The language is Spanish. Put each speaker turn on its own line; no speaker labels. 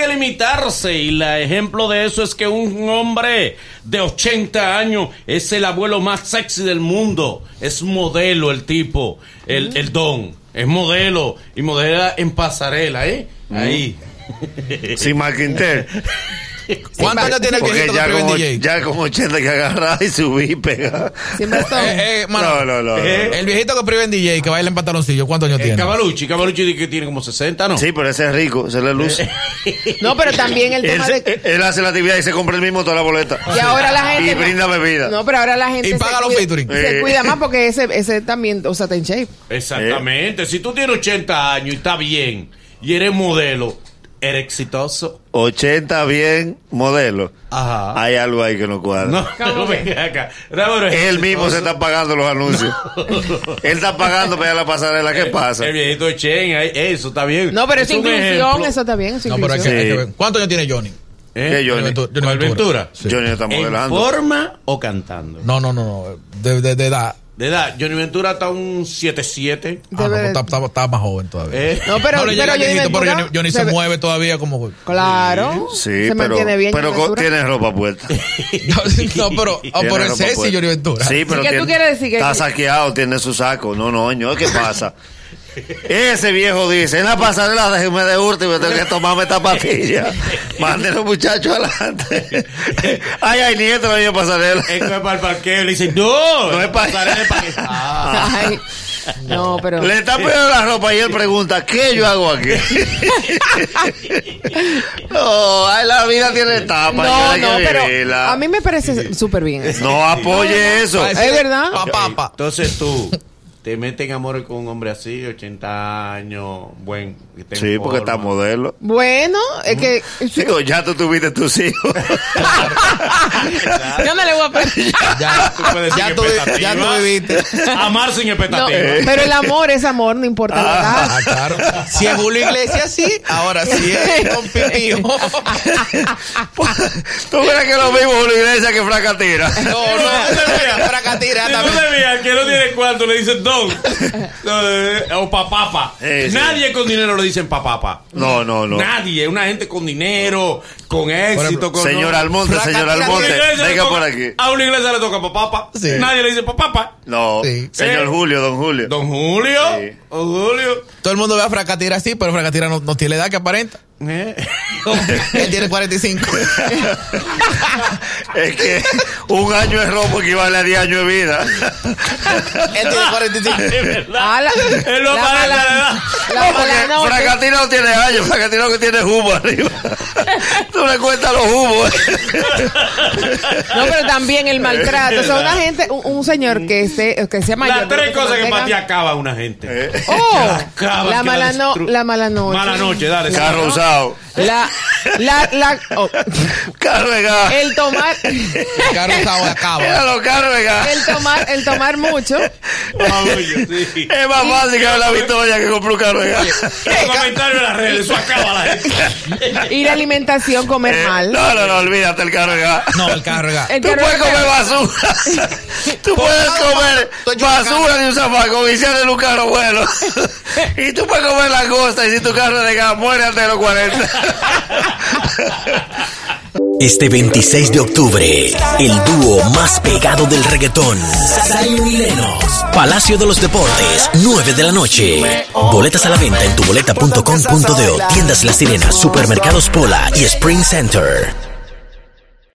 limitarse y la ejemplo de eso es que un hombre de 80 años es el abuelo más sexy del mundo. Es modelo el tipo,
Mm.
el, el don. Es modelo y modela en pasarela, ¿eh?
Mm.
Ahí.
Sin Maquinter.
¿Cuántos años tiene el
Porque
viejito que
ya
escribe en
con, o-
DJ?
ya con 80 que agarrar y subí y pegar.
Sin bastón.
Eh, eh,
No,
mano,
no, no. no.
Eh.
El viejito que escribe en DJ, que baila en pantaloncillo, ¿cuántos años
Eh,
tiene?
Cavalucci, Cavalucci dice que tiene como 60, ¿no?
Sí, pero ese es rico, se le luce.
No, pero también el
Él,
tema
se-
de.
él- él hace la actividad y se compra el mismo toda la boleta.
Y ahora la gente.
Y brinda bebida.
No, pero ahora la gente.
Y
se
paga los
cuida-
featuring.
Eh.
Se cuida más porque ese, ese también, o sea, está en shape.
Exactamente. Si tú tienes 80 años y está bien y eres modelo, eres exitoso.
80 bien, modelo.
Ajá.
Hay algo ahí que no cuadra.
Ah. No, no venga acá. No, pero es
Ah. Él mismo se está pagando los anuncios. Él está pagando para ir a la pasarela. ¿Qué pasa?
El viejito Chen, ahí, eso está bien.
No, pero es,
un
inclusión,
ejemplo.
eso está bien. Es
No, pero hay que,
inclusión.
hay que ver.
Sí.
¿Cuántos años tiene Johnny?
¿Qué, Johnny?
Ventura-
¿Cuál Ventura?
Sí.
Johnny está
eh, ¿En
modelando.
forma o cantando?
No, no, no, no. De, de, de edad.
De edad, Johnny Ventura está un 7'7".
Ah, no,
Debe-
está, está- está más joven todavía.
Eh,
No, pero,
no le llega
pero
al
Johnny
viejito, pero
Ventura
Johnny, Johnny se
se ve-
mueve todavía como.
Claro.
Sí,
se
pero,
mantiene bien.
pero
Johnny
con-
Ventura.
tiene ropa puesta.
no, pero, oh,
Tiene
pero es
ropa
sexy
puesta.
Johnny Ventura.
Sí, pero
¿Y qué tú
tiene-
quieres decir? ¿Que-
Está saqueado, tiene su saco. No, no, ño, ¿qué pasa? Ese viejo dice, en la pasarela déjeme de hurto y me tengo que tomarme esta pastilla. Manden los muchachos adelante. ay, ay, nieto la misma pasarela.
Es que va para el parqueo y le dicen, no,
No es para-
pasaré para que- Ah,
Ay, no, pero.
Le está pegando la ropa y él pregunta, ¿qué yo hago aquí? no, ay, la vida tiene etapas.
no,
señora, hay
no,
que
pero.
vivirla.
A mí me parece súper bien. eso.
No apoye eso.
Ay, sí.
Es verdad.
Ah, Pa, pa, pa.
Entonces tú te metes en amor con un hombre así, 80 años, buen. que esté en
Sí, porque está
forma.
modelo.
Bueno, es que.
Digo, ya tú tuviste tus hijos.
Yo no le voy a pedir.
Ya,
Tú puedes
ya
sin
tú,
expectativas.
ya tú viviste.
Amar sin
No,
expectativas.
pero el amor es amor, no importa la edad.
Ah, claro. Si es Julio Iglesias, sí. Ahora sí es Don Pipío.
¿Tú crees que lo mismo Julio Iglesias que Franca Tira?
No, no,
Mira.
para Catira
Si tú
también.
le veas que no tiene cuarto, le dicen don. No, eh, o papapa.
Eh, sí.
Nadie con dinero le dicen papapa.
No, no, no.
Nadie. Una gente con dinero, con éxito,
ejemplo,
con.
Señor Almonte,
Franca
señor
A
Tira,
una
Almonte,
iglesia le
venga
toca-
por aquí.
A una iglesia le toca papapa.
Sí.
Nadie le dice papapa.
No,
Sí.
señor
Eh.
Julio, don Julio.
Don Julio.
Sí.
Don Julio.
Todo el mundo ve a Fracatira así, pero Fracatira no, no tiene la edad que aparenta.
Eh.
Él tiene 45.
Es que un año de ropa equivale a 10 años de vida.
Él tiene 45.
Es verdad.
Ah, la-
Él no
la
parece
mala-
la edad.
la
No, porque
mala noche.
Fracatino no tiene años, Fracatino que tiene humo arriba. Tú le cuentas los humos.
No, pero también el maltrato. O sea, una gente, un, un señor que esté, que sea mayor.
Las tres
pero
cosas
se
que más te
mantenga-
acaba a una
Eh.
gente.
Oh,
acaba,
la
que
mala
la
no,
destru-
la mala noche.
Mala noche, dale.
Carro usado,
La, la, la, oh,
carro de gas.
el tomar,
Carlos Sao acaba.
Mira los carros de gas.
el tomar, el tomar mucho.
Oye, sí.
Es más fácil que la victoria que compró un carro de gas.
Los comentarios en las redes, eso acaba a la gente.
Y la alimentación, comer
Eh,
mal.
No, no, no, olvídate el carro de gas.
No, el carga.
El
Tú
carro
puedes
de
comer
gas.
basura. Tú puedes comer
estoy chocando.
basura de un zafacón y ser de un carro bueno. Y tú puedes comer langosta y si tu carro de gas muere antes de los 40.
Este 26 de octubre, el dúo más pegado del reggaetón, Zion y Lennox, Palacio de los Deportes, 9 de la noche. Boletas a la venta en tuboleta.com.de, tiendas La Sirena, supermercados Pola y Spring Center.